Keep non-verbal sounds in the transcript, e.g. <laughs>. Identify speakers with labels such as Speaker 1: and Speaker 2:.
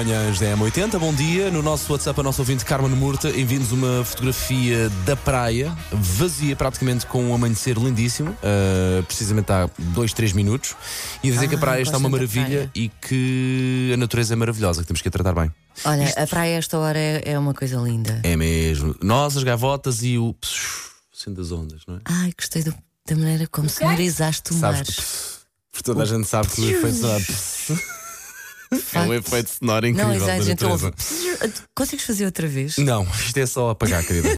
Speaker 1: Manhãs da M80, bom dia. No nosso WhatsApp, a nossa ouvinte Carmen Murta envia-nos uma fotografia da praia, vazia praticamente com um amanhecer lindíssimo, ah, precisamente há dois, três minutos, e a dizer
Speaker 2: Ah,
Speaker 1: que a praia está uma
Speaker 2: gosto da
Speaker 1: maravilha
Speaker 2: praia.
Speaker 1: e que a natureza é maravilhosa, que temos que a tratar bem.
Speaker 2: Olha, a praia a esta hora é, é uma coisa linda.
Speaker 1: É mesmo. Nós, as gavotas e o psiu, sendo das ondas, não é?
Speaker 2: Ai, gostei do- da maneira como sonorizaste o mar.
Speaker 1: Sabes que é psiu, porque toda a gente sabe que o efeito sonoro psiu, <laughs> é um efeito sonoro
Speaker 2: Não,
Speaker 1: incrível da
Speaker 2: exato, gente
Speaker 1: natureza.
Speaker 2: ouve. Consegues fazer outra vez?
Speaker 1: Não, isto é só apagar, querida.